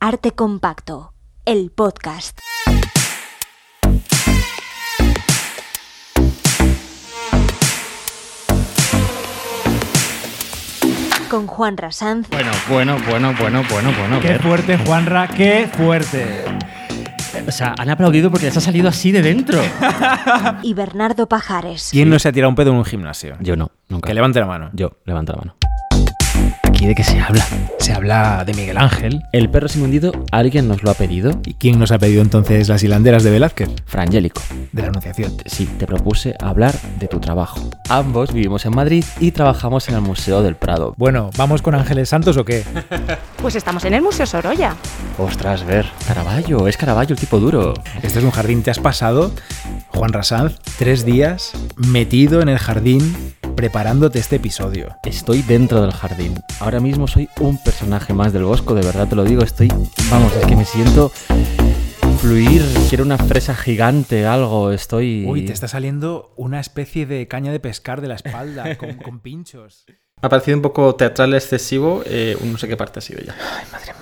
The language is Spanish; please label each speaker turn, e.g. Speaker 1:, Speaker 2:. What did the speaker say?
Speaker 1: Arte Compacto, el podcast. Con Juan Rasanz,
Speaker 2: Bueno, bueno, bueno, bueno, bueno, bueno.
Speaker 3: Qué
Speaker 2: Ver.
Speaker 3: fuerte, Juanra, qué fuerte.
Speaker 2: O sea, han aplaudido porque les ha salido así de dentro.
Speaker 1: y Bernardo Pajares.
Speaker 3: ¿Quién no se ha tirado un pedo en un gimnasio?
Speaker 2: Yo no, nunca.
Speaker 3: Que levante la mano.
Speaker 2: Yo, levanta la mano. ¿Aquí de qué se habla?
Speaker 3: Se habla de Miguel Ángel.
Speaker 2: El perro sin hundido, ¿alguien nos lo ha pedido?
Speaker 3: ¿Y quién nos ha pedido entonces las hilanderas de Velázquez?
Speaker 2: Frangélico.
Speaker 3: De la Anunciación.
Speaker 2: Sí, te propuse hablar de tu trabajo. Ambos vivimos en Madrid y trabajamos en el Museo del Prado.
Speaker 3: Bueno, ¿vamos con Ángeles Santos o qué?
Speaker 4: Pues estamos en el Museo Sorolla.
Speaker 2: Ostras, ver. Caraballo, es Caraballo el tipo duro.
Speaker 3: Este es un jardín, te has pasado, Juan Rasanz, tres días metido en el jardín preparándote este episodio.
Speaker 2: Estoy dentro del jardín. Ahora mismo soy un personaje más del bosco, de verdad te lo digo. Estoy. Vamos, es que me siento. Fluir, quiero una fresa gigante, algo, estoy...
Speaker 3: Uy, te está saliendo una especie de caña de pescar de la espalda con, con pinchos.
Speaker 5: Me ha parecido un poco teatral excesivo, eh, un no sé qué parte ha sido ya. Ay, madre